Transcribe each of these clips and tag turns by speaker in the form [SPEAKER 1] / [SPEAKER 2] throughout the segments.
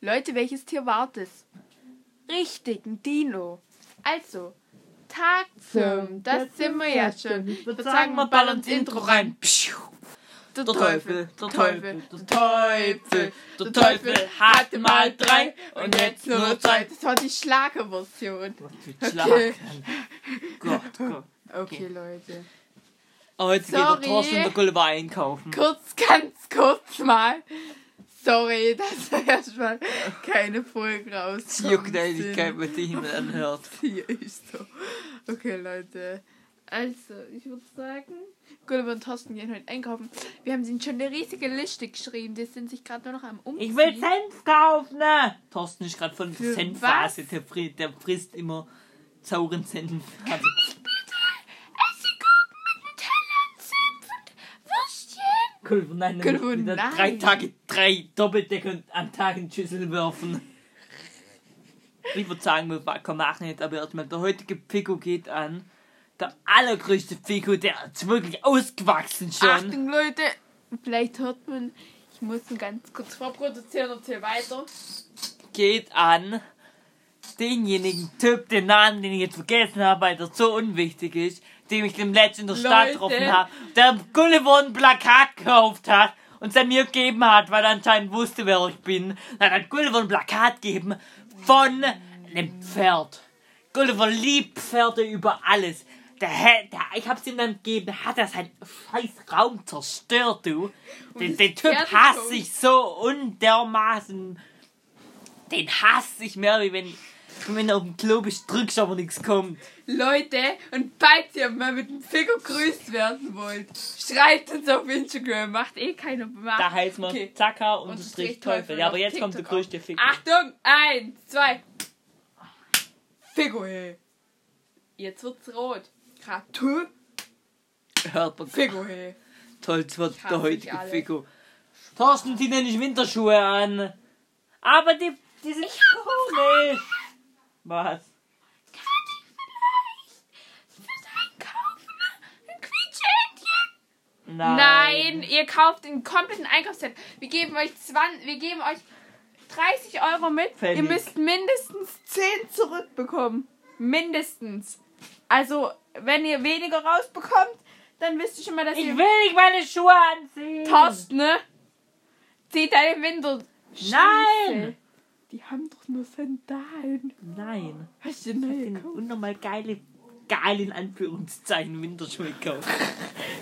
[SPEAKER 1] Leute, welches Tier war das? Richtig, ein Dino. Also, Tag zum, das sind wir ja schon. Ich würde sagen, wir ballern ins Intro rein. Pschiu. Der Teufel, der Teufel, der Teufel, der Teufel hatte mal drei und jetzt nur zwei. Das war die Schlagerversion.
[SPEAKER 2] Mit Schlagen. Gott, Gott.
[SPEAKER 1] Okay, Leute.
[SPEAKER 2] Aber jetzt
[SPEAKER 1] Sorry.
[SPEAKER 2] geht der Thorsten der Gulliver einkaufen.
[SPEAKER 1] Kurz, ganz kurz mal. Sorry, dass da erstmal keine Folgen raus.
[SPEAKER 2] Das juckt eigentlich kein, wenn die Himmel anhört.
[SPEAKER 1] Hier ist so. Okay, Leute. Also, ich würde sagen, Gulliver und Thorsten gehen heute einkaufen. Wir haben ihnen schon eine riesige Liste geschrieben. Die sind sich gerade nur noch am Umziehen.
[SPEAKER 2] Ich will Senf kaufen! Thorsten ist gerade von
[SPEAKER 1] Für
[SPEAKER 2] der Senfphase. Der, fri der frisst immer sauren Senf.
[SPEAKER 1] Essiggurken mit Nutella und Senf und Würstchen.
[SPEAKER 2] Gulliver, nein, dann
[SPEAKER 1] Gulliver,
[SPEAKER 2] muss wieder
[SPEAKER 1] nein.
[SPEAKER 2] drei Tage, drei Doppeldecker an Tag in die Schüssel werfen. Ich würde sagen, wir backen machen nicht, aber erstmal der heutige Pico geht an. Der allergrößte Pico, der ist wirklich ausgewachsen schon.
[SPEAKER 1] Achtung, Leute. Vielleicht hört man, ich muss ihn ganz kurz vorproduzieren und hier weiter.
[SPEAKER 2] geht an denjenigen Typ, den Namen, den ich jetzt vergessen habe, weil das so unwichtig ist, dem ich dem letzten in der Stadt
[SPEAKER 1] Leute.
[SPEAKER 2] getroffen habe, der Gulliver ein Plakat gekauft hat und es an mir gegeben hat, weil er anscheinend wusste, wer ich bin. Dann hat Gulliver ein Plakat gegeben von einem Pferd. Gulliver liebt Pferde über alles. Der, Hä- der, ich hab's ihm dann gegeben, hat er seinen scheiß Raum zerstört, du. Den, den Typ
[SPEAKER 1] Pferd
[SPEAKER 2] hasse
[SPEAKER 1] gekauft.
[SPEAKER 2] ich so untermaßen den hasse ich mehr, wie wenn, wenn du auf dem Klo bist, drückst, aber nichts kommt.
[SPEAKER 1] Leute, und falls ihr mal mit dem Finger grüßt werden wollt, schreibt uns auf Instagram. Macht eh keine Bemerkung.
[SPEAKER 2] Da heißt man
[SPEAKER 1] Okay.
[SPEAKER 2] Zacka unterstrich Teufel. Ja, aber
[SPEAKER 1] auf Ah.
[SPEAKER 2] jetzt kommt der
[SPEAKER 1] TikTok
[SPEAKER 2] größte
[SPEAKER 1] auch.
[SPEAKER 2] Fick.
[SPEAKER 1] Achtung, eins, zwei. Figo, hey. Jetzt wird's rot. Kratu,
[SPEAKER 2] Hört man.
[SPEAKER 1] Figo, hey.
[SPEAKER 2] Toll, das wird
[SPEAKER 1] Ich hasse
[SPEAKER 2] der
[SPEAKER 1] dich
[SPEAKER 2] heutige
[SPEAKER 1] alle.
[SPEAKER 2] Fico. Thorsten zieht nämlich Winterschuhe an. Aber die, die sind komisch. Was? Nein.
[SPEAKER 1] Nein, ihr kauft den kompletten Einkaufsset. Wir geben euch 20, wir geben euch 30 Euro mit.
[SPEAKER 2] Pfennig.
[SPEAKER 1] Ihr müsst mindestens 10 zurückbekommen. Mindestens. Also, wenn ihr weniger rausbekommt, dann wisst ihr schon mal, dass
[SPEAKER 2] Ich will
[SPEAKER 1] ihr
[SPEAKER 2] nicht meine Schuhe anziehen.
[SPEAKER 1] Thorsten, ne? Zieht deine Winter.
[SPEAKER 2] Nein.
[SPEAKER 1] Die haben doch nur Sandalen.
[SPEAKER 2] Nein.
[SPEAKER 1] Hast du neue
[SPEAKER 2] Den
[SPEAKER 1] gekauft?
[SPEAKER 2] unnormal geile, geilen Anführungszeichen Winterschuhe gekauft.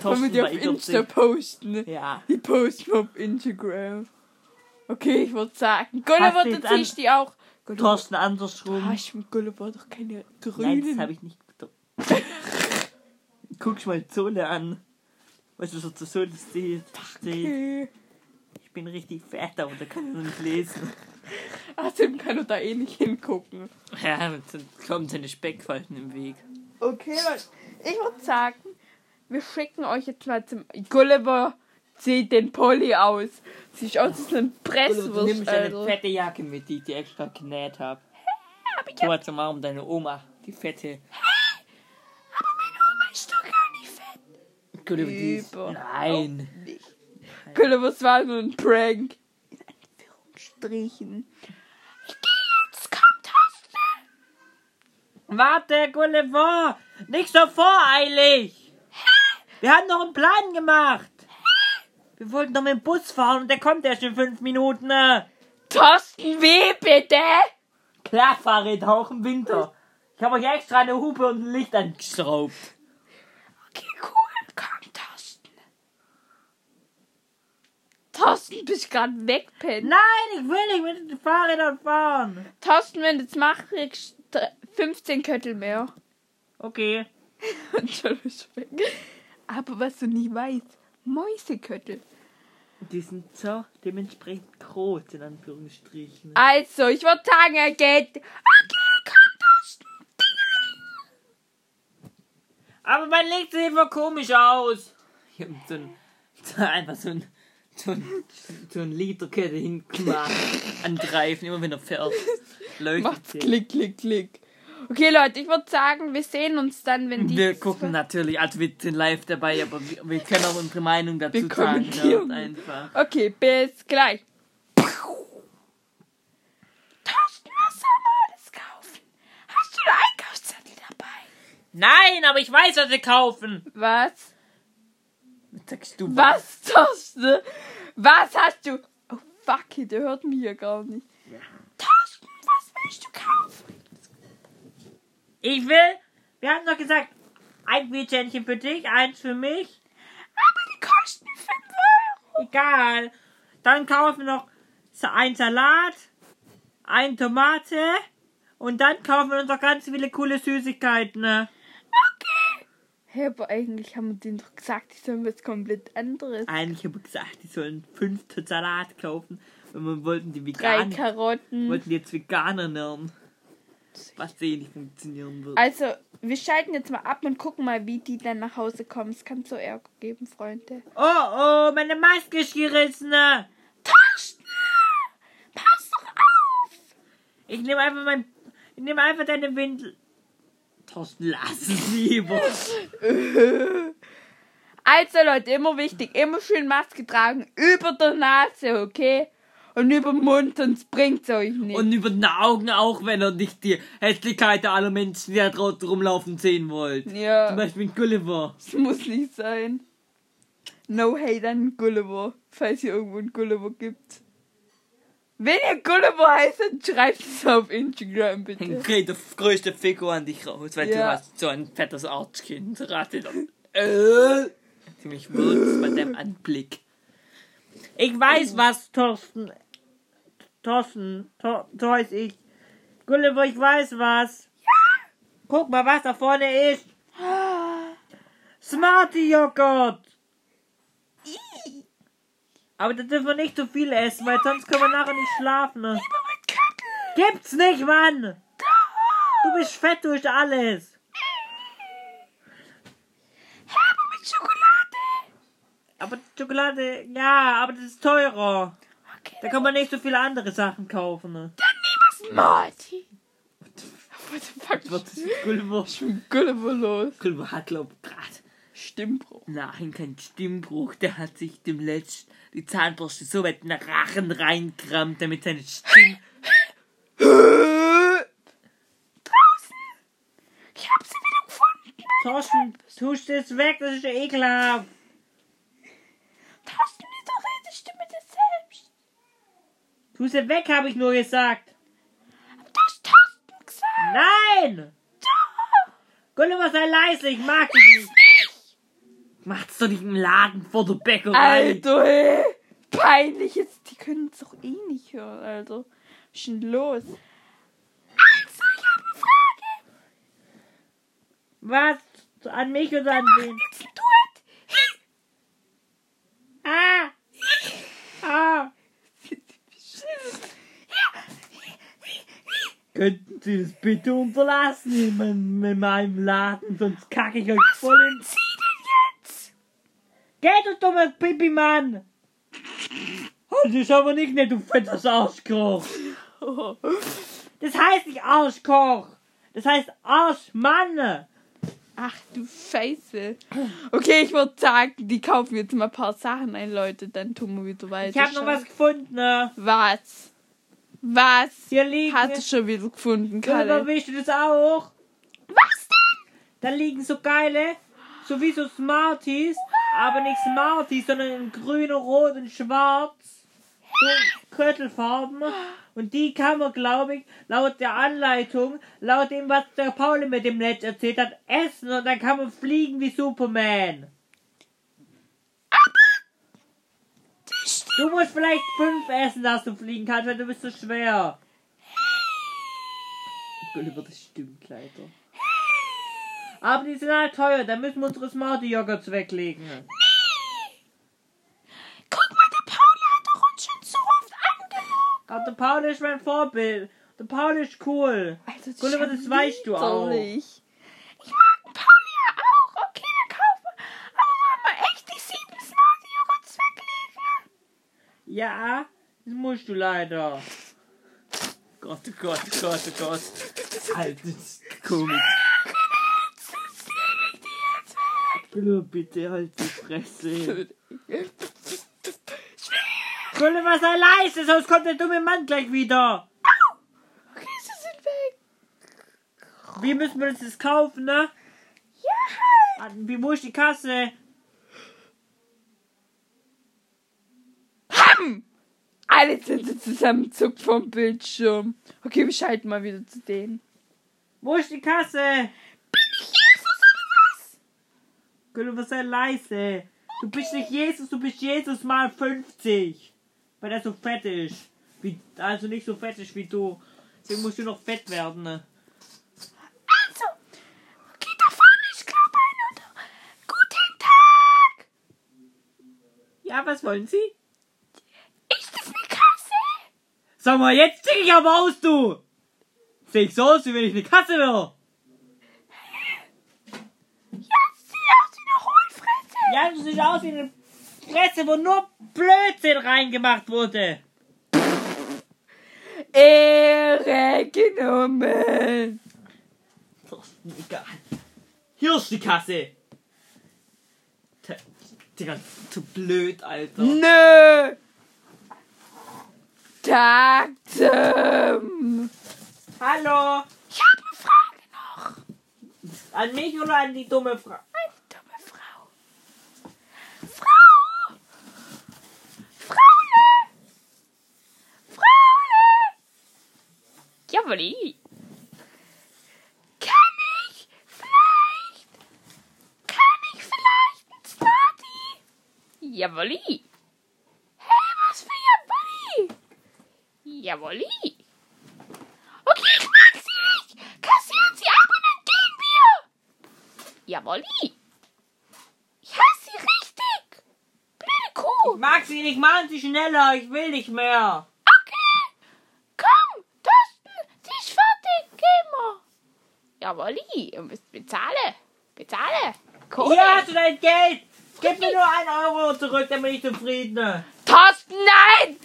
[SPEAKER 1] Wollen wir die auf
[SPEAKER 2] weigert sich.
[SPEAKER 1] Insta posten, ne?
[SPEAKER 2] eh Ja.
[SPEAKER 1] Die posten wir auf Instagram. Okay, ich würde sagen, Gulliver,
[SPEAKER 2] Hast du
[SPEAKER 1] du
[SPEAKER 2] jetzt an-
[SPEAKER 1] ziehst die auch. Gulliver,
[SPEAKER 2] Thorsten andersrum.
[SPEAKER 1] ah, ich mit Gulliver doch keine
[SPEAKER 2] Nein, das
[SPEAKER 1] grünen.
[SPEAKER 2] habe ich nicht gedacht. Guckst mal Sohle an. Was du so zur Sohle steht. steht.
[SPEAKER 1] okay.
[SPEAKER 2] Ich bin richtig fett, aber da kann ich nicht lesen.
[SPEAKER 1] Außerdem kann er da eh nicht hingucken.
[SPEAKER 2] Ja, dann kommen seine Speckfalten im Weg.
[SPEAKER 1] Okay, Leute. Ich würde sagen, wir schicken euch jetzt mal zum. Gulliver zieht den Polly aus. Sieht aus wie so ein
[SPEAKER 2] Du nimmst
[SPEAKER 1] Presswurst.
[SPEAKER 2] eine
[SPEAKER 1] Alter.
[SPEAKER 2] fette Jacke mit, die ich dir extra genäht habe. Du hast am Arm deine Oma, die fette.
[SPEAKER 1] Oh, Ist doch gar nicht fett.
[SPEAKER 2] Gut, aber die ist-
[SPEAKER 1] Über-
[SPEAKER 2] Nein.
[SPEAKER 1] Gulliver, es war nur ein Prank. In Anführungsstrichen. Ich geh jetzt, kommt Thorsten.
[SPEAKER 2] Warte, Gulliver! Nicht so voreilig! Wir haben noch einen Plan gemacht! Wir wollten doch mit dem Bus fahren und der kommt erst in fünf Minuten.
[SPEAKER 1] Thorsten, weh bitte!
[SPEAKER 2] Klar, Fahrrad, auch im Winter. Ich habe euch extra eine Hupe und ein Licht angeschraubt.
[SPEAKER 1] Okay, cool. Komm, Thorsten. Thorsten, bist gerade wegpennt.
[SPEAKER 2] Nein, ich will nicht mit den Fahrrädern fahren.
[SPEAKER 1] Thorsten, wenn du das machst, kriegst du dr- 15 Köttel mehr.
[SPEAKER 2] Okay.
[SPEAKER 1] Und schon bist du weg. Aber was du nicht weißt, Mäuseköttel.
[SPEAKER 2] Die sind so dementsprechend groß, in Anführungsstrichen.
[SPEAKER 1] Also, ich würde sagen, er geht. Okay, komm, Thorsten.
[SPEAKER 2] Aber mein Licht sieht immer komisch aus. Ich hab so ein, so einfach so ein, so ein, so ein Literkette hingemacht. An Reifen, immer wenn er fährt.
[SPEAKER 1] Macht's
[SPEAKER 2] Leuchtet. sie.
[SPEAKER 1] klick, klick, klick. Okay, Leute, ich würde sagen, wir sehen uns dann, wenn die.
[SPEAKER 2] Wir gucken natürlich, also wir sind live dabei, aber wir, wir können auch unsere Meinung dazu
[SPEAKER 1] Wir
[SPEAKER 2] sagen.
[SPEAKER 1] kommentieren.
[SPEAKER 2] Hört einfach.
[SPEAKER 1] Okay, bis gleich.
[SPEAKER 2] Nein, aber ich weiß, was wir kaufen.
[SPEAKER 1] Was?
[SPEAKER 2] Jetzt sagst du
[SPEAKER 1] Was Thorsten? Was hast du? Oh fuck, der hört mich ja gar nicht. Thorsten, was willst du kaufen?
[SPEAKER 2] Ich will, wir haben doch gesagt, ein Bierchen für dich, eins für mich.
[SPEAKER 1] Aber die kosten 5 Euro.
[SPEAKER 2] Egal. Dann kaufen wir noch so ein Salat, ein Tomate und dann kaufen wir uns noch ganz viele coole Süßigkeiten. ne?
[SPEAKER 1] Hä, aber eigentlich haben wir denen doch gesagt, ich soll was komplett anderes.
[SPEAKER 2] Eigentlich habe ich gesagt, die sollen fünf Salat kaufen, weil wir wollten die
[SPEAKER 1] Drei
[SPEAKER 2] Veganer,
[SPEAKER 1] Karotten.
[SPEAKER 2] wollten jetzt Veganer lernen. Was eh nicht funktionieren wird.
[SPEAKER 1] Also, wir schalten jetzt mal ab und gucken mal, wie die dann nach Hause kommen. Es kann so Ärger geben, Freunde.
[SPEAKER 2] Oh, oh, meine Maske ist gerissen. ne?
[SPEAKER 1] Thorsten! Pass doch auf!
[SPEAKER 2] Ich nehme einfach mein. Ich nehme einfach deine Windel. Thorsten, lass es lieber.
[SPEAKER 1] Also Leute, immer wichtig, immer schön Maske tragen, über der Nase, okay? Und über den Mund, sonst bringt's euch nicht.
[SPEAKER 2] Und über den Augen auch, wenn ihr nicht die Hässlichkeit aller Menschen, die da draußen rumlaufen, sehen wollt. Zum
[SPEAKER 1] ja,
[SPEAKER 2] Beispiel Gulliver.
[SPEAKER 1] es muss nicht sein. No hate an Gulliver, falls ihr irgendwo einen Gulliver gibt. Wenn ihr Gulliver heißt, dann schreibt es auf Instagram, bitte.
[SPEAKER 2] Okay, der größte Figur an dich raus, weil du
[SPEAKER 1] Ja.
[SPEAKER 2] hast so ein fettes Arschkind. Rate doch. Äh. Ziemlich würzt bei deinem Anblick. Ich weiß was, Thorsten. Thorsten, Thor- Thorsten, ich. Gulliver, ich weiß was. Guck mal, was da vorne ist. Smarty Joghurt. Aber da dürfen wir nicht zu viel essen, weil sonst können wir nachher nicht schlafen. Gibt's nicht, Mann! Du bist fett durch alles!
[SPEAKER 1] Habe mit Schokolade!
[SPEAKER 2] Aber Schokolade, ja, aber das ist teurer.
[SPEAKER 1] Okay,
[SPEAKER 2] Da kann man nicht so viele andere Sachen kaufen. Ne?
[SPEAKER 1] dann nehmen Marty. What the fuck?
[SPEAKER 2] Was
[SPEAKER 1] Was
[SPEAKER 2] ist mit Gulliver?
[SPEAKER 1] ist mit Gulliver los?
[SPEAKER 2] Gulliver hat, glaub ich, gerade
[SPEAKER 1] Stimmbruch.
[SPEAKER 2] nein, keinen Stimmbruch. Der hat sich dem letzten die Zahnbürste so weit in den Rachen reingerammt, damit seine Stimme.
[SPEAKER 1] Äh? Ich hab sie wieder gefunden.
[SPEAKER 2] Thorsten, tust es weg, das ist ja ekelhaft.
[SPEAKER 1] Tasten mit der Redestimme des Selbst.
[SPEAKER 2] Tu sie weg, habe ich nur gesagt.
[SPEAKER 1] Das Tasten gesagt.
[SPEAKER 2] Nein! Gulliver, sei leise, ich mag dich nicht. Macht's doch nicht im Laden vor der Bäckerei.
[SPEAKER 1] Alter, ey. Peinlich jetzt. Die können es doch eh nicht hören, Alter. Was ist denn los? Also, ich habe eine Frage.
[SPEAKER 2] Was? An mich oder an wen?
[SPEAKER 1] Jetzt ein Duett.
[SPEAKER 2] Ah! Ah! Könnten Sie das bitte unterlassen in meinem, in meinem Laden, sonst kacke ich euch voll in...
[SPEAKER 1] Sie denn jetzt?
[SPEAKER 2] Geht doch dummes Pipi, Mann! Oh, das ist aber nicht nett, du fettes Arschkoch!
[SPEAKER 1] Oh.
[SPEAKER 2] Das heißt nicht Arschkoch! Das heißt Arschmann!
[SPEAKER 1] Ach du Scheiße. Okay, ich würde sagen, die kaufen jetzt mal ein paar Sachen ein, Leute. Dann tun wir wieder weiter.
[SPEAKER 2] Ich hab noch was gefunden, ne?
[SPEAKER 1] Was? Was?
[SPEAKER 2] Hier liegen...
[SPEAKER 1] Hast du schon wieder gefunden,
[SPEAKER 2] Silber,
[SPEAKER 1] Kalle?
[SPEAKER 2] willst du das auch?
[SPEAKER 1] Was denn?
[SPEAKER 2] Da liegen so geile, sowieso Smarties, aber nicht Smarties, sondern in grün, und rot und schwarz. So Köttelfarben. Und die kann man, glaube ich, laut der Anleitung, laut dem, was der Pauli mit dem Netz erzählt hat, essen und dann kann man fliegen wie Superman. Du musst vielleicht fünf essen, dass du fliegen kannst, weil du bist so schwer. Gulliver, das stimmt leider. Aber die sind halt teuer, da müssen wir unsere Smarty-Joghurts weglegen.
[SPEAKER 1] Guck mal, der Paul hat doch uns schon so oft angelogen.
[SPEAKER 2] Aber der Paul ist mein Vorbild. Der Paul ist cool.
[SPEAKER 1] Also,
[SPEAKER 2] Gut, aber das weißt du auch.
[SPEAKER 1] Ich mag den Pauli ja auch. Okay, dann kaufen. Aber wollen wir echt die sieben Smarty Joghurts weglegen?
[SPEAKER 2] Ja, das musst du leider. Gott, oh Gott, oh Gott, oh Gott. Altes Komik.
[SPEAKER 1] Sonst lege ich die jetzt weg.
[SPEAKER 2] Gulliver, bitte halt die Fresse. Gulliver, sei leise, sonst kommt der dumme Mann gleich wieder.
[SPEAKER 1] Okay, sie sind weg.
[SPEAKER 2] Wie müssen wir uns das kaufen, ne? Ah, Wie, wo ist die Kasse?
[SPEAKER 1] halt. Alle sind zusammenzuckt vom Bildschirm. Okay, wir schalten mal wieder zu denen.
[SPEAKER 2] Wo ist die Kasse? Bin ich Jesus oder was? Gulliver, sei leise. Du bist nicht Jesus, du bist Jesus mal 50. Weil er so fett ist. Wie, also nicht so fett ist wie du. Deswegen musst du noch fett werden.
[SPEAKER 1] Also, geht da vorne, ich glaube ein oder. Guten Tag!
[SPEAKER 2] Ja, was wollen Sie?
[SPEAKER 1] Ist das eine Kasse?
[SPEAKER 2] Sag mal, jetzt zieh ich aber aus, du! Seh ich so aus, wie wenn ich eine Katze wäre?
[SPEAKER 1] Ja, sie aus wie eine Hohlfresse.
[SPEAKER 2] Ja, du siehst aus wie eine Fresse, wo nur Blödsinn reingemacht wurde.
[SPEAKER 1] Ehre genommen.
[SPEAKER 2] Doch, ist mir egal. Hier ist die Kasse. T- Digga, zu blöd, Alter.
[SPEAKER 1] Nö. Tag zum.
[SPEAKER 2] Hallo!
[SPEAKER 1] Ich habe eine Frage noch.
[SPEAKER 2] An mich oder an die dumme Frau?
[SPEAKER 1] Eine dumme Frau. Frau! Fraule! Fraule! Jawohl. Kann ich vielleicht... Kann ich vielleicht ins Party? Jawohl. Hey, was für Jawohl? Jawohl. Okay, ich mag sie nicht. Kassieren sie ab und dann gehen wir. Jawohl! Ich hasse sie richtig! Blöde Kuh!
[SPEAKER 2] Mag sie nicht, machen sie schneller, ich will nicht mehr.
[SPEAKER 1] Okay! Komm, Thorsten, sie ist fertig, gehen wir! Jawohl! Ihr müsst bezahlen! Bezahlen! Kohle!
[SPEAKER 2] Hier hast du dein Geld! Gib mir nur einen Euro zurück, dann bin ich zufrieden.
[SPEAKER 1] Thorsten, nein!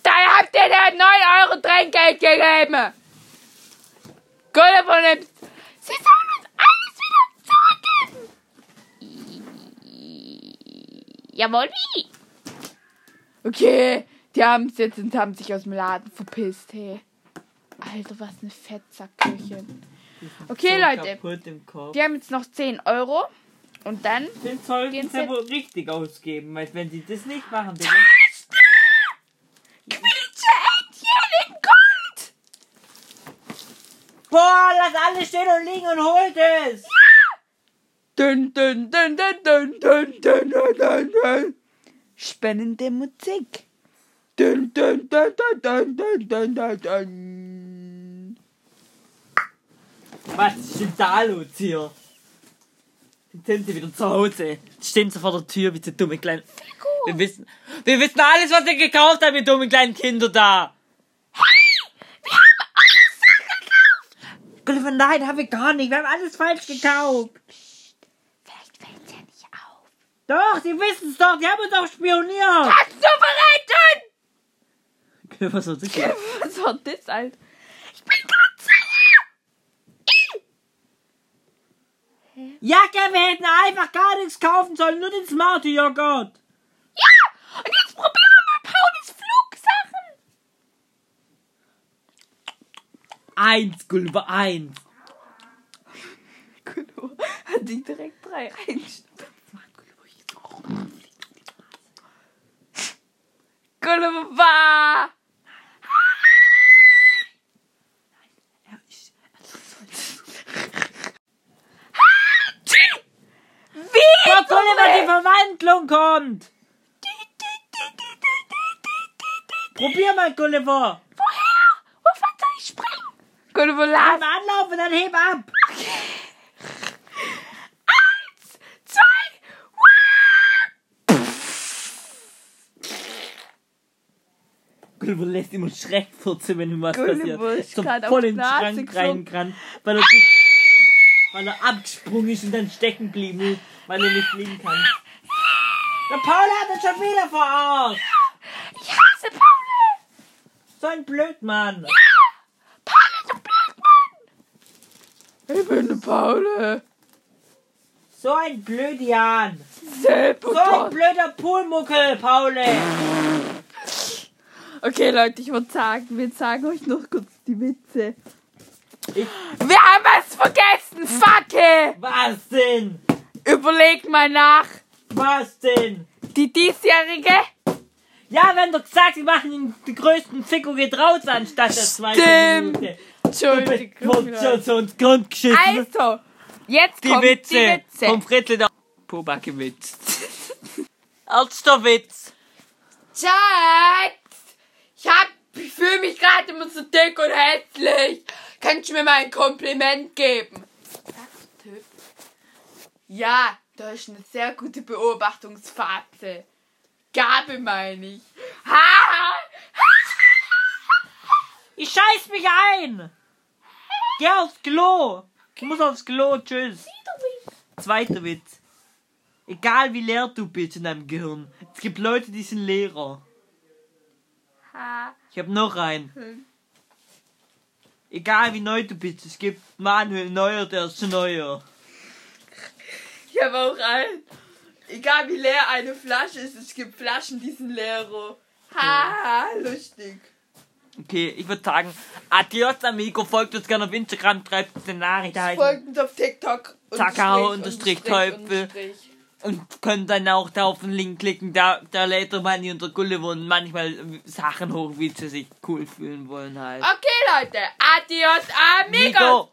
[SPEAKER 1] Da habt ihr der 9 Euro Trinkgeld gegeben! Kohle von dem... Sie sollen uns alles wieder zurückgeben! Jawohl! Okay, die haben es jetzt und haben sich aus dem Laden verpisst, hey. Alter, was eine Fettsackköchin. Okay, Leute,
[SPEAKER 2] Kaputt im Kopf.
[SPEAKER 1] die haben jetzt noch 10 Euro und dann...
[SPEAKER 2] Den sollten
[SPEAKER 1] Gehen
[SPEAKER 2] sie
[SPEAKER 1] Sie-
[SPEAKER 2] wohl richtig ausgeben, weil wenn sie das nicht machen, dann
[SPEAKER 1] Quietsche Entchen in Gold!
[SPEAKER 2] Boah, lass alles stehen und liegen und holt es!
[SPEAKER 1] Dun, dun, dun, dun, dun, dun, dun, dun, dun, dun. Spannende Musik. Dun, dun, dun, dun, dun, dun, dun, dun, dun.
[SPEAKER 2] Was ist denn da los hier? Jetzt sind sie wieder zu Hause. Jetzt stehen sie vor der Tür wie diese dummen kleinen.
[SPEAKER 1] Äh,
[SPEAKER 2] Wir wissen, wir wissen alles, was ihr gekauft habt, ihr dummen kleinen Kinder da. Hey, wir haben eure Sachen gekauft. Nein, haben wir gar nicht. Wir haben alles falsch gekauft.
[SPEAKER 1] Vielleicht fällt's ja nicht auf.
[SPEAKER 2] Doch, sie wissen es doch. Die haben uns auch spioniert.
[SPEAKER 1] Hast du bereit,
[SPEAKER 2] Was soll das?
[SPEAKER 1] Dun? Was war das, Alter?
[SPEAKER 2] Jacke, wir hätten einfach gar nichts kaufen sollen. Nur den Smarty, oh Gott.
[SPEAKER 1] Und jetzt probieren wir mal Paulis Flugsachen.
[SPEAKER 2] Eins, Gulliver, eins.
[SPEAKER 1] Kuno hat sich direkt drei reingeschnappt. Kuno war...
[SPEAKER 2] Frau Gulliver, die Verwandlung kommt. Probier mal, Gulliver.
[SPEAKER 1] Wovon soll ich springen? Kuno
[SPEAKER 2] Beim
[SPEAKER 1] lass.
[SPEAKER 2] Anlauf und dann heb ab.
[SPEAKER 1] Zwei.
[SPEAKER 2] Gulliver lässt immer Schreckfurze, wenn ihm was
[SPEAKER 1] Gulliver
[SPEAKER 2] passiert.
[SPEAKER 1] ist
[SPEAKER 2] So
[SPEAKER 1] grad auf
[SPEAKER 2] voll in den
[SPEAKER 1] Nase
[SPEAKER 2] Schrank
[SPEAKER 1] geflogen.
[SPEAKER 2] reingerannt, weil er, weil er abgesprungen ist und dann stecken geblieben ist, weil er nicht fliegen kann. Der Paul hat uns schon wieder vor Ort.
[SPEAKER 1] Ich hasse Pauli.
[SPEAKER 2] So ein Blödmann.
[SPEAKER 1] Pauli, du Blödmann. Ich bin Pauli.
[SPEAKER 2] So ein Blödian.
[SPEAKER 1] Selber
[SPEAKER 2] So ein blöder Poolmuckel, Paule.
[SPEAKER 1] Okay, Leute, ich würde sagen, wir sagen euch noch kurz die Witze.
[SPEAKER 2] Ich-
[SPEAKER 1] Wir haben es vergessen, Facke!
[SPEAKER 2] Was denn?
[SPEAKER 3] Überlegt mal nach.
[SPEAKER 2] Was denn?
[SPEAKER 3] Die diesjährige?
[SPEAKER 2] Ja, wenn du gesagt hast, wir machen den, den größten Ficko geht raus anstatt der zweiten
[SPEAKER 3] Stimmt.
[SPEAKER 2] Minute.
[SPEAKER 3] Entschuldigung.
[SPEAKER 2] Kommt schon zu uns Grundgeschichten.
[SPEAKER 3] Also, jetzt
[SPEAKER 2] Die
[SPEAKER 3] kommt
[SPEAKER 2] Witze.
[SPEAKER 3] die Witze.
[SPEAKER 2] Vom Fritzl der Pobacke Witz. Erster Witz.
[SPEAKER 1] Schatz, ich hab, ich fühle mich gerade immer so dick und hässlich. Kannst du mir mal ein Kompliment geben? Sagt der Typ. Ja, da ist eine sehr gute Beobachtungsphase. Gabe meine ich. Ha!
[SPEAKER 2] Ich scheiß mich ein. Geh aufs Klo. Ich muss aufs Klo. Tschüss. Zweiter Witz. Egal wie leer du bist in deinem Gehirn. Es gibt Leute, die sind Lehrer.
[SPEAKER 1] ha.
[SPEAKER 2] Ich hab noch einen. Egal wie neu du bist, es gibt Manuel Neuer, der ist neuer.
[SPEAKER 1] Ich habe auch einen. Egal wie leer eine Flasche ist, es gibt Flaschen, die sind leero. Ha, ha, lustig.
[SPEAKER 2] Okay, ich würde sagen, adios amigo, folgt uns gerne auf Instagram, treibt uns eine Nachricht ein
[SPEAKER 1] Folgt uns auf TikTok.
[SPEAKER 2] Takao unterstrich Teufel.
[SPEAKER 1] unterstrich.
[SPEAKER 2] und könnt dann auch da auf den Link klicken, da, da lädt der Manni und der Gulle wohnen manchmal äh, Sachen hoch, wie sie sich cool fühlen wollen halt.
[SPEAKER 1] Okay, Leute. Adios, amigos.
[SPEAKER 2] Amigo.